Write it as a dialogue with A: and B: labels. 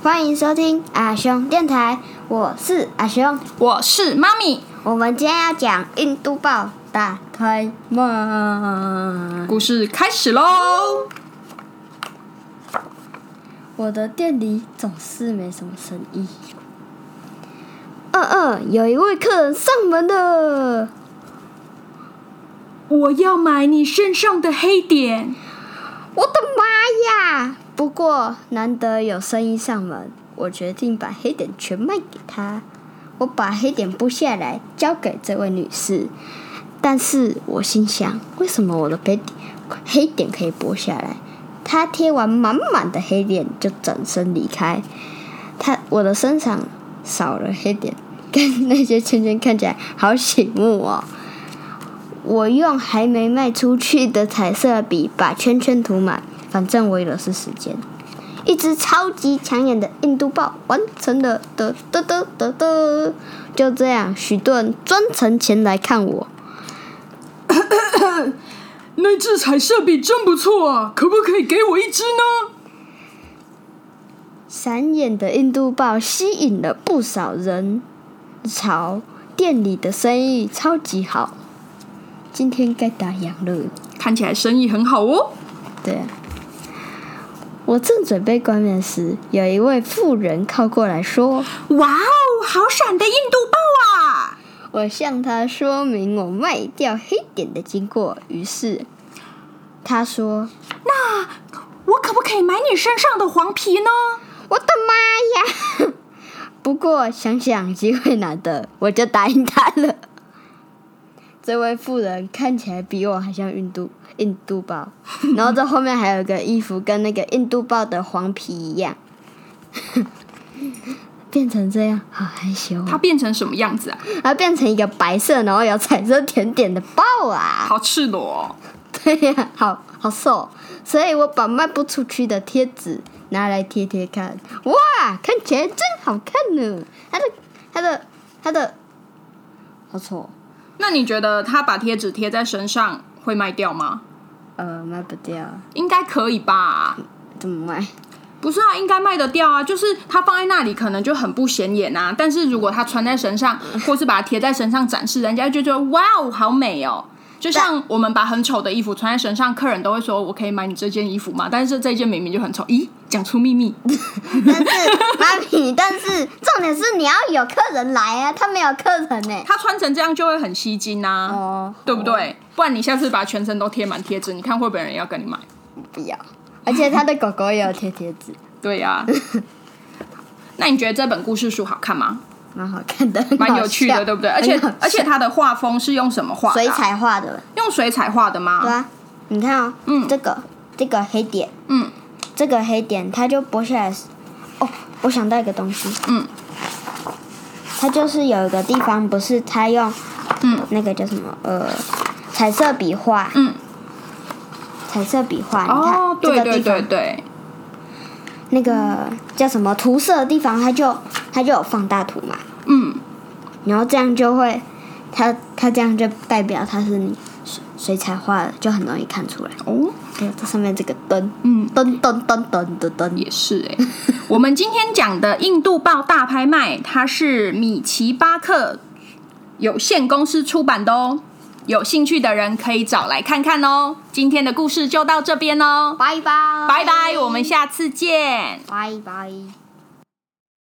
A: 欢迎收听阿兄电台，我是阿兄。
B: 我是妈咪。
A: 我们今天要讲印度豹大开门。
B: 故事开始喽！
A: 我的店里总是没什么生意。嗯嗯，有一位客人上门了。
B: 我要买你身上的黑点。
A: 我的妈呀！不过难得有生意上门，我决定把黑点全卖给他。我把黑点剥下来交给这位女士，但是我心想，为什么我的黑点黑点可以剥下来？她贴完满满的黑点就转身离开。她我的身上少了黑点，跟那些圈圈看起来好醒目哦。我用还没卖出去的彩色笔把圈圈涂满，反正我有的是时间。一只超级抢眼的印度豹完成了的的的的的，就这样，许多人专程前来看我。
B: 那支彩色笔真不错啊，可不可以给我一支呢？
A: 闪眼的印度豹吸引了不少人潮，店里的生意超级好。今天该打烊了。
B: 看起来生意很好哦。
A: 对啊。我正准备关门时，有一位妇人靠过来说
B: 哇哦，好闪的印度豹啊！：“
A: 我向他说明我卖掉黑点的经过。”于是他说
B: 我可不可以买你身上的黄皮呢？：“
A: 我的妈呀！” 不过想想机会难得，我就答应他了。 这位妇人看起来比我还像印度印度豹，然后这后面还有一个衣服跟那个印度豹的黄皮一样， 变成这样，好害羞、哦。
B: 它变成什么样子啊？
A: 它变成一个白色，然后有彩色点点的豹啊！
B: 好赤裸哦！
A: 对呀、 好好瘦，所以我把卖不出去的贴纸拿来贴贴看，哇，看起来真好看呢！它的它的它的，好丑哦，
B: 那你觉得他把贴纸贴在身上会卖掉吗？
A: 呃，卖不掉，
B: 应该可以吧？
A: 怎么 卖？
B: 不是啊，应该卖得掉啊。就是它放在那里，可能就很不显眼啊。但是如果它穿在身上，
A: 嗯
B: 或是把它贴在身上展示，人家就觉得哇哦，好美哦。就像我们把很丑的衣服穿在身上，客人都会说：“我可以买你这件衣服吗？”但是这件明明就很丑。咦，讲出秘密，
A: 但是 妈咪，但是重点是你要有客人来啊，他没有客人呢、
B: 他穿成这样就会很吸睛啊，
A: 哦，
B: 对不对？不然你下次把全身都贴满贴纸，你看会不会有人要跟你买？
A: 不要，而且他的狗狗也有贴贴纸，
B: 对呀、那你觉得这本故事书好看吗？
A: 蛮好看的，很
B: 蛮
A: 好
B: 有趣的，
A: 笑
B: 对不对？而且
A: 很好
B: 而且
A: 笑
B: 它的画风是用什么画的啊、
A: 水彩画的。
B: 用水彩画的
A: 对
B: 吗？
A: 啊，你看哦，
B: 嗯
A: 这个这个黑点，
B: 嗯
A: 这个黑点，它就剥下来是。哦，我想到一个东西，
B: 嗯
A: 它就是有一个地方不是它用
B: 嗯
A: 那个叫什么呃彩色笔画，
B: 嗯。
A: 彩色笔画，哎你看、
B: 哦，
A: 这
B: 对
A: 个
B: 对
A: 地
B: 对
A: 方
B: 对，
A: 那个叫什么涂色的地方，它就它就有放大图嘛，
B: 嗯，
A: 然后这样就会，它它这样就代表它是你水水彩画的，就很容易看出来。
B: 哦，
A: 对，这上面这个灯，
B: 嗯，
A: 噔噔噔噔噔噔，
B: 也是 哎、我们今天讲的印度豹大拍卖，它是米奇巴克有限公司出版的哦。有兴趣的人可以找来看看哦。今天的故事就到这边哦，
A: 拜拜，
B: 拜拜，我们下次见。
A: 拜拜。